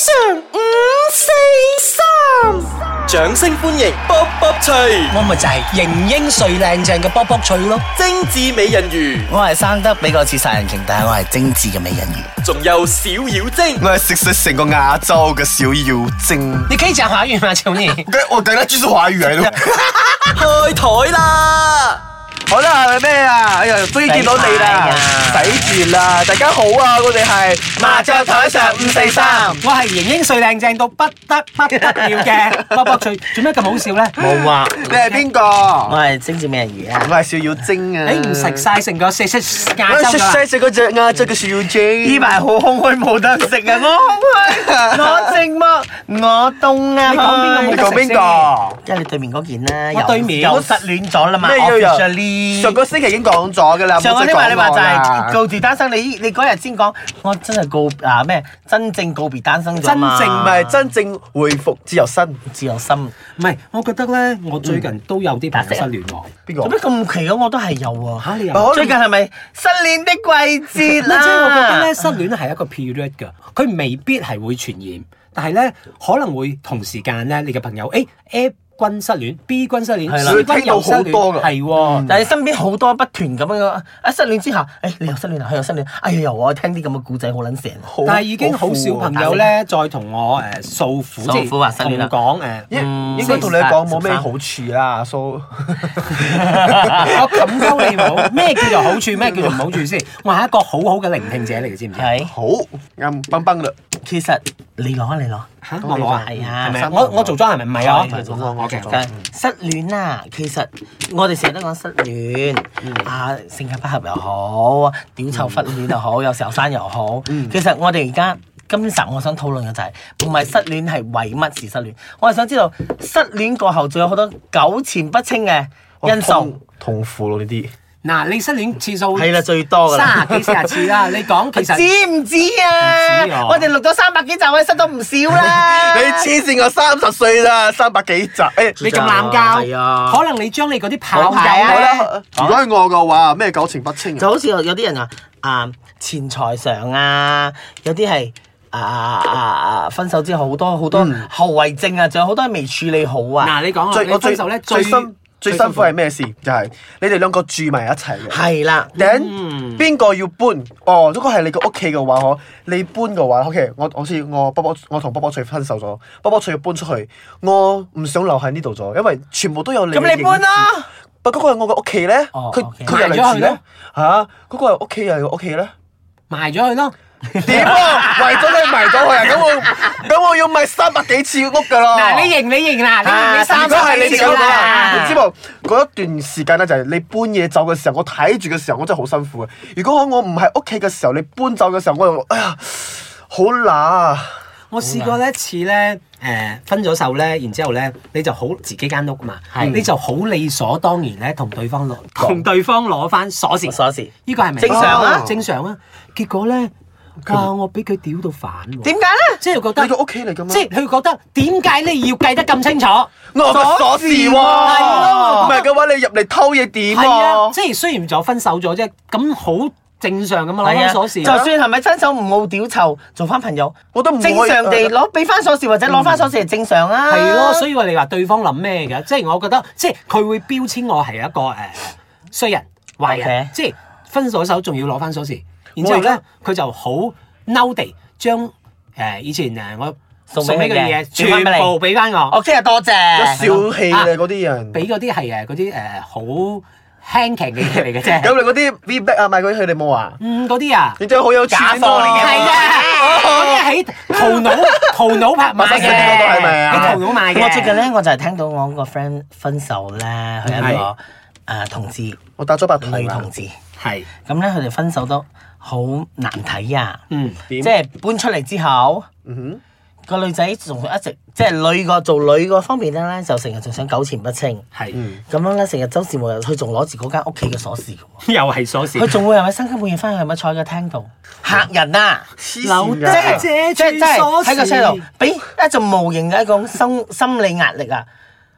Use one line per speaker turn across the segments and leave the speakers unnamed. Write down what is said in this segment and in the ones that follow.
常五四三，掌聲歡迎卜卜脆，
我咪就係型英帥靚正嘅卜卜脆咯，
精緻美人魚，
我係生得比較似殺人鯨，但係我係精緻嘅美人魚。
仲有小妖精，
我係食食成個亞洲嘅小妖精。
你可以講華語嘛，小年？
對我等下繼續華語 嚟咯。
開台啦！
好啦，係咩啊？哎呀，終於見到你啦，洗住啦！大家好啊，我哋係麻雀台上五四三。
我係型英帥靚正到不得不得了嘅卜卜脆，做咩咁好笑咧？
冇啊，
你係邊個？
我係精緻美人魚啊。
我係小妖精
à.
啊！
你唔食晒成個四色
我
亞
食
洲㗎啦
晒食嗰隻亞洲嘅小妖精。
排好空虛冇得食啊！我空虛，我寂寞，我凍啊！
你講邊個冇
你
得
講
食
邊個？
即係你對面嗰件啦，
我
又
對面
又失戀咗啦嘛。
咩又
officially
上個星期已經講咗㗎啦，
上個你
冇再
話你話
講
就
我啦
係告別單身，你你嗰日先講，我真係告啊咩？真正告別單身咗
真
嘛
正唔係真正回復自由身。
自由心。
唔係，我覺得咧，我最近都有啲朋友失戀喎。
邊
做
個
咩？咁奇嘅？我都係有喎。
嚇你又
最近係咪失戀的季節
嗱，即係我覺得
啦
咧，？失戀咧係一個 period 㗎，佢未必係會傳染，但係咧可能會同時間咧，你嘅朋友誒 A 君失戀，B 君失戀
係啦
，C 君又失
聽到好
戀，
多㗎
係喎。
但係身邊好多不斷咁樣嘅，一失戀之後，誒、你又失戀啦，佢又失戀，哎呀又我聽啲咁嘅故仔好撚成。
但係已經好少朋友咧，再同我誒訴苦，即
訴苦啊
係
失
同
戀啦
我講誒，
應應該同你講冇咩好處啦，蘇。
我冚鳩你唔好。咩叫做好處，咩叫做唔好處先？我係一個好好嘅聆聽者嚟嘅，知唔知？
係，
好啱崩崩嘞！
其實你攞啊，你攞。
嚇我攞啊，
係啊
係咪
三個
我我做裝係咪唔係啊？
係做裝
我嘅。
但係失戀啊，其實我哋成日都講失戀，啊性格不合又好，屌臭忽戀又好，有時候生又好。其實我哋而家今集我想討論嘅就係唔係失戀係為乜事失戀？我係想知道失戀過後仲有好多糾纏不清嘅因素。
痛苦咯呢啲。
嗱，你失戀次數
哦係啦最多㗎啦
三十幾四十次 啦。你講其實
知唔知啊
唔知啊？
我哋錄咗三百幾集，我哋失到唔少 啦。
你黐線，我三十歲啦，三百幾集。誒，
你仲濫
係
交，
啊
可能你將你嗰啲炮
好
牌
友
咧
啦。
啊
如果係我嘅話，咩糾情不清
就
啊？
好似有有啲人話啊錢財上啊，有啲係啊啊啊啊分手之後好多好多後遺症啊，仲有好多未處理好啊。
嗯嗱，你講啊，
最
你
我
分
最
手咧
最辛最辛苦係咩事？就係你哋兩個住埋一齊嘅。
係啦，
頂邊個要搬？哦，如果係你個屋企嘅話，嗬，你搬嘅話，OK，我好似我波波，我同波波翠分手咗，波波翠要搬出去，我唔想留喺呢度咗，因為全部都有你。
咁你搬啦。
不過嗰個係我嘅屋企咧，
哦
佢
OK
佢又
賣咗
嚟
佢
住
咧
咧，嚇，嗰個係屋企又係我屋企咧。
埋咗佢咯。
點啊？為咗你埋咗佢啊？咁我咁我要賣三百幾次屋噶咯。
嗱，你型你型啦，你型
啊
你三
如果係
十
你
幾
哋
次
嗰個
啦
啊，。你知冇？嗰一段時間咧，就係你搬嘢走嘅時候，我睇住嘅時候，我真係好辛苦嘅。啊如果我唔喺屋企嘅時候，你搬走嘅時候，我又哎呀，好乸啊！
我試過一次咧，誒、分咗手咧，然之後咧，你就好自己間屋嘛，你就好理所當然咧，同對方攞同對方攞翻鎖匙，
鎖匙
呢個係咪
正常啊
正常啊。結果咧，哇！我俾佢屌到反喎，
點解咧？
即係覺得
你個屋企嚟㗎嘛
即係佢覺得點解你要計得咁清楚？
我有個鎖匙喎，
咯
唔係嘅話，你入嚟偷嘢點
係啊，
啊？
即係雖然就分手咗啫，咁好正常噶嘛，攞
係
翻
啊，
鎖匙。
就算係咪親手唔好屌臭，做翻朋友，
我
啊
都唔可
正
以
常地攞俾翻鎖匙或者攞翻鎖匙係正常啊。
係咯，所以話你話對方諗咩嘅？即係我覺得，即係佢會標籤我係一個誒、呃衰人、壞人
OK
即係分咗手仲要攞翻鎖匙，然之後
我而
咧
家
佢就好嬲地將誒、呃以前誒我
送
送俾
俾
佢
佢
嘅嘢
嘅
全部俾翻我，
我今日啊多
有
謝。
小氣嘅嗰啲人。
俾嗰啲係誒嗰啲誒好輕騎嘅嘢嚟嘅啫。
咁你嗰啲 V back 啊，賣嗰啲佢哋冇啊？
嗯，嗰啲啊。
你真係好有錢
假貨嚟嘅
係
啊！
啊，嗰啲喺淘 腦淘腦拍賣
馬
嘅，
生食得到係咪啊
喺淘腦賣嘅。
我最近咧，我就係聽到我個 friend 分手咧，佢係一個誒同志女
我打咗白筒啊
同！志，
係，
咁咧佢哋分手都好難睇啊。
嗯，
即係搬出嚟之後，
嗯
個女仔仲一直即係女個做女個方面咧，就成日仲想糾纏不清，
係，
咁樣咧成日周時無日，佢仲攞住嗰間屋企嘅鎖匙嘅喎，
又係鎖匙
佢。仲會係咪三更半夜翻去係咪坐喺個廳度嚇人啊！
哼，黐線
即
㗎
係
姐
即係即
轉
係喺個
鎖匙
車度，俾哎一種無形嘅一種心心理壓力啊！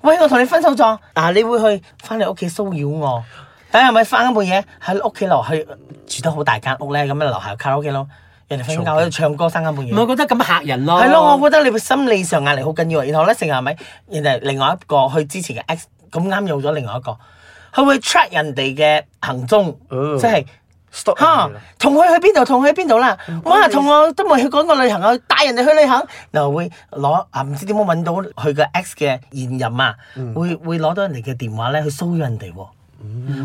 喂，我同你分手咗，嗱，你會去翻你屋企騷擾我，咁係咪翻緊半夜喺屋企樓去住得好大間屋咧？咁樣樓下有卡拉 OK 咯，人哋瞓覺喺度唱歌三更半夜
唔。係覺得咁嚇人咯。
係咯，我覺得你心理上壓力好緊要啊。然後咧，成日係咪人哋另外一個佢之前嘅 ex 咁啱有咗另外一個，佢會 track 人哋嘅行蹤，
哦
即係。
stop
吓，同佢去邊度，同佢去邊度啦。哇，同我都冇去講過旅行啊，帶人哋去旅行，嗱會攞啊，唔知點樣揾到佢嘅 ex 嘅現任啊，會會攞到人哋嘅電話咧去騷擾人哋喎。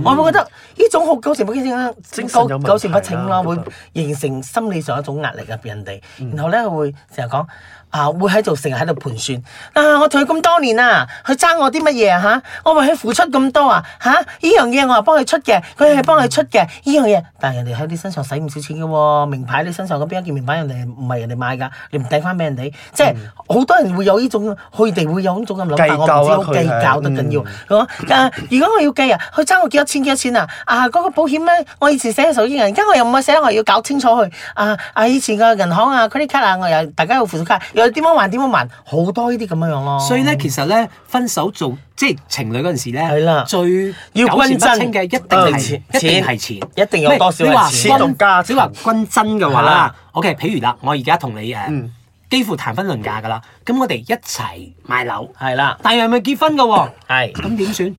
我會覺得呢種好糾纏不清啦，
嗯精神有問題啦啊
糾纏不清啦，
我
會
覺得
形成心理上一種壓力入人哋，
嗯
然後咧會成日講啊，會喺度成日喺度盤算啊，我同佢咁多年啊，佢爭我啲乜嘢啊嚇？我為佢付出咁多啊嚇？呢樣嘢我係幫佢出嘅，佢係幫佢出嘅呢樣嘢，但係人哋喺你身上使唔少錢嘅喎，名牌你身上咁邊一件名牌人哋唔係人哋買㗎，你唔抵翻俾人哋，
啊
即係好多人會有呢種，佢哋會有呢種咁諗法，我
計較啊
唔知好
佢係
計較得緊要。佢話啊，如果我要計啊，佢爭我幾多錢幾多錢啊？啊，嗰、個保險咧，我以前寫嘅時候已經，而家我又唔係寫，我又要搞清楚佢啊啊，以前嘅銀行啊、credit card 啊，我又大家有附屬卡，又點樣還點樣還，好多呢啲咁樣樣咯。
所以咧，其實咧，分手做即係情侶嗰陣時咧，
係啦
最
要
糾纏
均
不
真
清嘅一定
嗯
係
錢
一定係錢，
錢一定有多少係錢
你話
錢同家
均，你話均真嘅話
係
啦
啦嗯
，OK，譬如啦，我而家同你誒幾乎談婚論嫁噶啦，咁我哋一齊買樓，
係啦，
但係咪結婚嘅 喎？
係
咁點算？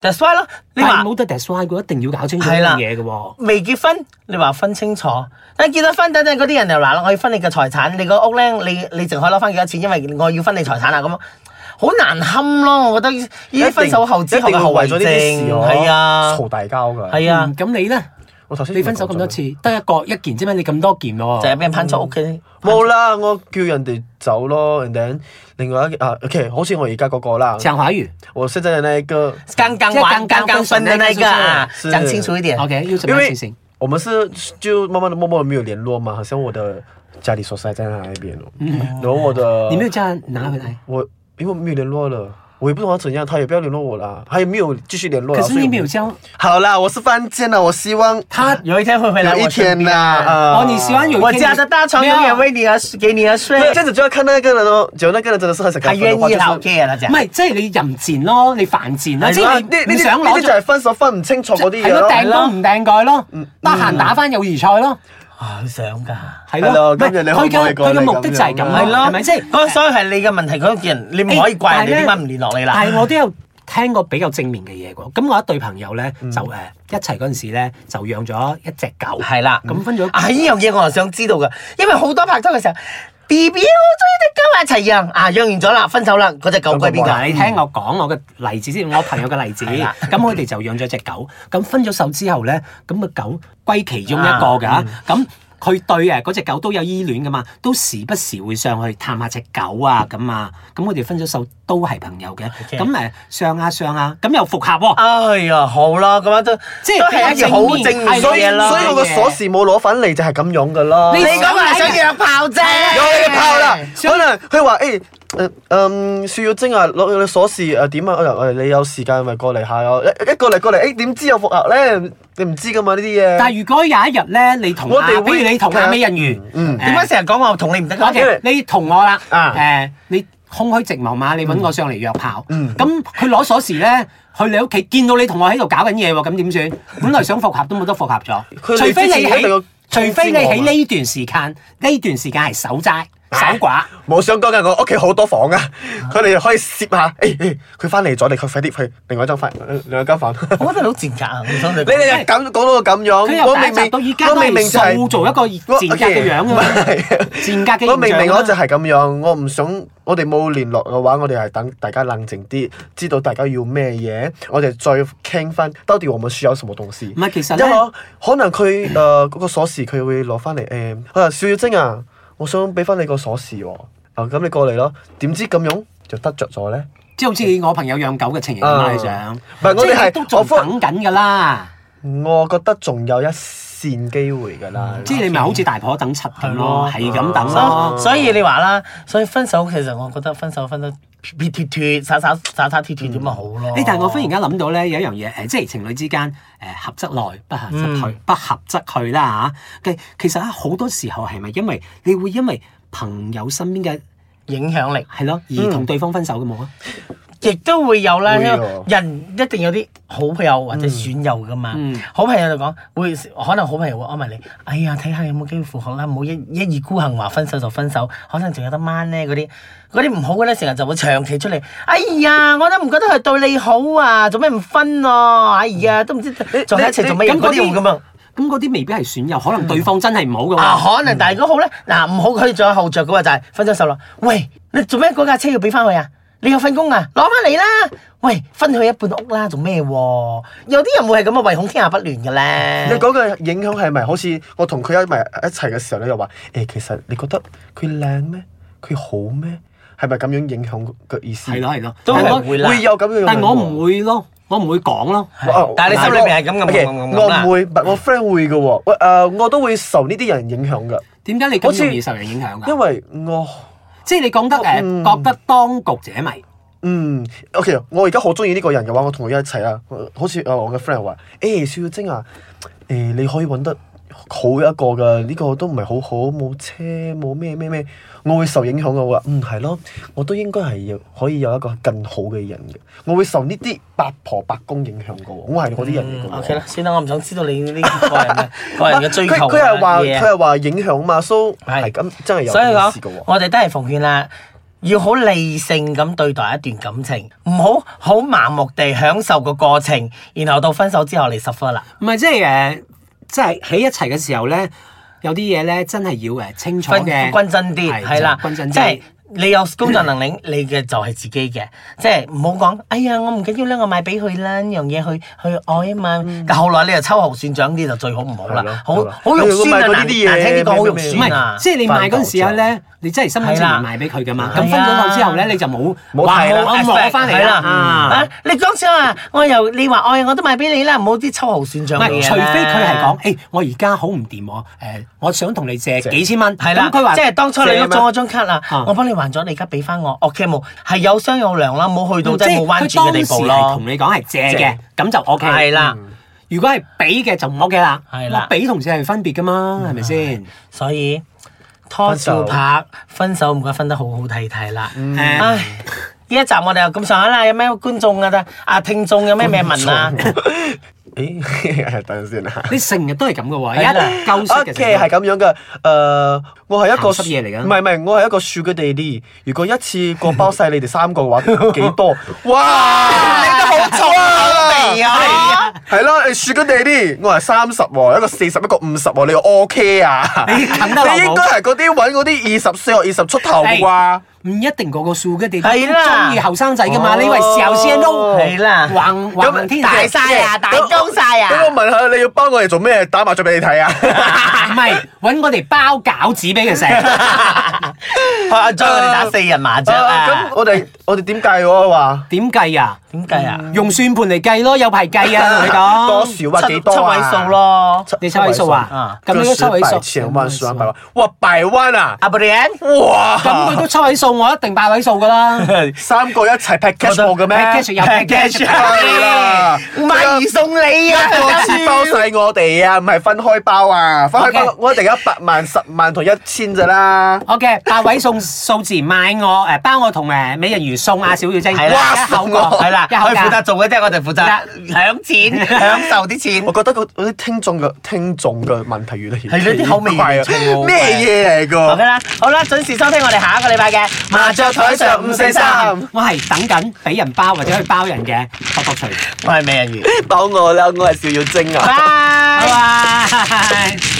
that's why 咯，
你
你話
話。冇得 d e s i 一定要搞清楚呢
係啦
樣嘢嘅喎。
未結婚，你話分清楚。但係結咗婚，等等嗰啲人又嗱，我要分你嘅財產，你個屋咧，你你淨可以攞翻幾多錢，因為我要分你財產啦咁。好難堪咯，我覺得呢啲分手後之後嘅後遺症，係啊，
哦嘈大交㗎。
係啊
嗯，咁你咧？
我頭先
你分手咁多次，得一個一件啫嘛，你咁多件喎。
就係俾人攀咗屋企。
冇啦，我叫人哋走咯，人哋另外一啊，OK，好似我而家嗰個啦，
上海魚
我現在的那一個，
剛剛玩剛剛分的那個啊，
是
講清楚一點。
，OK，要怎
因
麼樣
為
進行？
我們是就慢慢的、默默的沒有聯絡嘛，好像我的家裡鎖匙還在他那邊哦，然後我的
嗯你沒有叫他拿回來。
我因為我沒有聯絡了，我也不懂要怎樣，他也不要聯絡我啦，他也沒有繼續聯
哦
絡啦。
可是
所以
你
我
沒有教
好啦，我是犯賤了，我希望
他
有一天會回來
有一
我身
天
邊
啦，
啊。
啊
哦，你喜歡有一
我
天
家的大床永遠為你而給你而睡。
這樣子就要看那個人哦，只有那個人真的是很想跟
他
他分
願
的話，
意
就是
啦，OK 啦，
唔係，即係你淫賤咯，你犯賤啦，
係
即
啦
係
呢呢
你唔
啲
想
呢
攞
啲就係
咗，
分手分唔清楚嗰
係
啲嘢
咯，
咯。
掟都唔掟蓋咯，得閒打翻友誼賽咯，
啊，好想㗎。
係
係
咯，
咯
唔係
今日你
佢
可唔可
嘅
以講
佢
你
嘅目的就係咁
咁
咯，
樣
係咯，
係咪即係？
嗰所以係你嘅問題，嗰件你唔可以怪人哋點解唔聯絡你啦。
但係我都有聽過比較正面嘅嘢喎。咁我一對朋友咧就誒一齊嗰陣時咧就養咗一隻狗，
係啦，
咁分咗
啊呢樣嘢我係想知道嘅，因為好多拍拖嘅時候，B B 我中意只狗啊，一齊養啊，養完咗啦，分手啦，嗰只狗歸邊
嗱，
個？
你聽我講我嘅例子先，我朋友嘅例子，
係啦
咁佢哋就養咗只狗，咁分咗手之後咧，咁個狗歸其中一個㗎，咁佢對誒嗰只狗都有依戀㗎嘛，都時不時會上去探下只狗啊咁啊，咁佢哋分咗手都係朋友嘅，
OK
咁誒上下上下，咁又復合喎，
哎呀，好啦，咁樣都
即係
都係一件好正面嘅
所以
嘢啦。
所以我個鎖匙冇攞返嚟就係咁樣噶啦。
你講係想約炮啫，
有你炮啦，可能佢話誒。誒嗯，邵耀晶啊，攞你鎖匙誒點啊？誒誒，你有時間咪過嚟下啊！一一過嚟過嚟，誒點知有復合咧？你唔知噶嘛呢啲嘢。
但係如果有一日咧，你同
我
啊，
哋
譬
會
如你同阿
睇
美人魚，
嗯
誒
點解成日講我同你唔得
我
嘅？
哋你同我啦，
啊
誒，你空虛寂寞嘛，你揾我上嚟約炮，咁佢攞鎖匙咧去你屋企，見到你同我喺度搞緊嘢喎，咁點算？本來想復合都冇得復合咗，
佢
除非
嚟之
你
前一定要
喺除非你喺
通知我嘛
呢段時間，呢段時間係守齋守寡，
冇想講嘅，我屋企好多房啊，佢哋可以攝下。誒誒，佢翻嚟咗，你快快啲去另外一張房，另外一間房。
我覺得你好賤格啊！我想你
你哋又咁講到咁
佢
樣，
由
我
第一
明
集到依家
明
都
我明
係
明就係
塑造一個
我
賤格
OK，
嘅樣
唔
啊嘛，
係
賤格嘅
我明
形象
明
啊
我
嘛
就係咁樣，我唔想我哋冇聯絡嘅話，我哋係等大家冷靜啲，知道大家要咩嘢，我哋再傾翻，到底我們需要什麼東西。
唔係其實咧
因為。我可能佢誒呃嗰個鎖匙佢會攞翻嚟誒，啊邵耀晶啊，我想俾翻你個鎖匙喎，啊咁你過嚟咯，點知咁樣就得着咗咧？
即係好似我朋友養狗嘅情形咁啦，
啊
你想？
唔係我
即
哋
你
係
都仲
我
等緊㗎啦，
我覺得仲有一線機會㗎啦。
即係你咪好似大婆等柒咁咯，係
係
咁等
所
咯
以。所以你話啦，所以分手其實我覺得分手分得撇脱脱、灑灑灑灑脱脱咁咪好咯。
誒，但係我忽然間諗到咧，有一樣嘢誒，即係情侶之間誒合則來，不合則去，不合則去啦嚇。嘅其實啊好多時候係咪因為你會因為朋友身邊嘅
影響力
係咯而同對方分手嘅冇啊？
亦都會有啦，
會
因
啊
喎
為人一定有啲好朋友或者損友噶嘛。
嗯
好朋友就講會，可能好朋友會安慰你，哎呀，睇下有冇機會復合啦，唔好一一意孤行話分手就分手，可能仲有得掹呢嗰啲。嗰啲唔好嘅咧，成日就會長期出嚟。哎呀，我都唔覺得佢對你好啊，做咩唔分啊？哎呀，都唔知仲喺一齊做乜嘢
咁
嗰
嗰
啲
啲
會咁樣。
咁嗰啲未必係損友，可能對方真係唔好嘅
啊，
喎。
可能，但係如果好咧，嗱唔好佢仲有後着嘅話就係分咗手啦。喂，你做咩嗰架車要俾翻佢啊？你有份工啊，攞翻嚟啦！喂，分佢一半屋啦，做咩喎？有啲人會係咁啊，唯恐天下不亂嘅咧。
你講嘅影響係咪好似我同佢一埋一齊嘅時候，你又話誒，其實你覺得佢靚咩？佢好咩？係咪咁樣影響嘅意思？
係咯係咯，
都係
但我
會啦
會有咁樣嘅
但我
喎
唔會咯，我唔會講咯。
哦
但係你心裏邊係咁咁
OK，
咁咁咁啦
我唔會，但我 friend 會嘅喎。喂，誒，我都會受呢啲人影響嘅，
點解你
好
咁
似
容易受人影響㗎？
因為我
即係你講得誒，覺得當局者迷。
嗯，OK，我而家好中意呢個人嘅話，我同佢一齊啦。好似誒我嘅 friend 話：，誒、小晶啊，誒、你可以揾得好一個㗎，呢、個都唔係好好，冇車冇咩咩咩，我會受影響嘅。我話嗯係咯，我都應該係有可以有一個更好嘅人嘅，我會受呢啲八婆八公影響嘅喎，我係嗰啲人嚟嘅喎。
O K 嗯啦，算啦，我唔想知道你呢啲 個人嘅個人嘅追求
嗯佢佢係
啊
話
嘢
佢
啊
係話影響嘛，so
係
係咁真係 有
所以
件事嘅
講，
喎。
我哋都係奉勸啦，要好理性咁對待一段感情，唔好好盲目地享受個過程，然後到分手之後你 suffer 啦。
唔係即係誒，即係喺一齊嘅時候咧，有啲嘢咧真係要誒呃清楚
分
嘅，
均真啲，係啦，
就均真
即係
啲。
你有工作能力，你嘅就係自己嘅，即係唔好講，哎呀，我唔緊要啦，我買俾佢啦，呢樣嘢去去愛啊嘛。
嗯
但後來你就秋後算賬啲就最好唔好
係
啦
咯，
好
係咯
好肉酸啊，
你要買過呢
難難
啲嘢
聽啲講好肉
唔
酸啊
係，。即係你買嗰陣時候咧，你真係心甘情願
係啦
賣俾佢噶嘛。
係
咁
啊
分咗手之後咧，你就冇
冇
話
提啦
我我攞翻嚟
係
啦。
啊
啊！
你講先啊，我又你話愛我都買俾你啦，唔好啲秋後算賬
唔
嘅
係，
嘢
除非佢係
啦
講，誒，我而家好唔掂喎，誒，我想同你借幾千蚊，
係啦，
咁佢話
即係當初你
借
碌咗
嘛
我張卡啦
啊，
我幫你還咗，你而家俾翻我，OK 冇？係有商有量啦，冇去到真係冇彎
嗯
轉
佢
嘅
當
地
時
步
係
咯
同。你講係借嘅
借，
咁就 O K。
係啦，
嗯
如果係俾嘅就唔 O K 啦。
係啦嗯
我俾同借係分別噶嘛，係咪先？
所以拖
分
照
手
拍分手唔該分得好好睇睇啦。
嗯
誒，
唉，呢一集我哋又咁上下啦，有咩觀眾啊？得啊，聽眾有咩咩問 啊？
嗯誒，哎 等陣先啊。
你成日都係咁嘅喎，
係啦
一嚿
啊
水嘅
其
成日
實
都
係咁樣嘅，誒、我係一個
鹹濕嘢嚟㗎
唔係唔係，我係一個 sugar daddy。如果一次過包晒你哋三個嘅話， 幾多？哇！你都好 臭啊！
係 啊，
係咯，你 sugar daddy，我係三十喎，一個四十，一個五十喎，你 OK 啊？
你啃得落冇
你應該係嗰啲揾嗰啲二十四或二十出頭
係
啩？
唔一定個個數嘅地都
係啦
中意後生仔噶嘛？你以為時候先撈
係啦
橫橫天
大晒啊，大鳩晒
咁我
啊！
問下，你要包我哋做咩？打麻雀俾你睇啊？
唔係揾我哋包餃子俾 佢食，
阿 j 我哋打四人麻雀
啊
啊
咁！我哋我哋點計我話？
點計啊？
點計啊？
用算盤嚟計咯，有排 計啊！
多
同你講，
少啊？
七
幾多
七
啊？
位數咯。
你收位數啊
啊？
咁你都收位數，
千萬、十萬、百萬，哇，百萬啊！
阿 Brian，
咁佢
哇！
都七位數，我一定八位數 噶啦。
三個一齊劈 cash 冇嘅咩？
劈 cash 有劈 cash
係啦，
買二送你 啊！
一個錢包細我哋啊，唔係分開包啊，分開
OK
包我一定一百萬、十萬同一千咋啦。
OK，八位數數字買我誒包我同誒美人魚送阿小妖精，
係
啦
一口
送
過
我
係啦，
一口
佢負責
價。
做嘅啫，我哋負責享錢、享受啲錢
我。覺得嗰嗰啲聽眾嘅聽眾嘅問題越嚟越
係呢啲口味
奇怪啊
越嚟越重喎
咩嘢嚟
OK
㗎？
啦，好啦，準時收聽我哋下一個禮拜嘅麻雀台上五四三，
我係等緊俾人包或者去包人嘅博博除，
我係美人魚，
包我啦，我係邵耀晶啊。
拜
拜拜。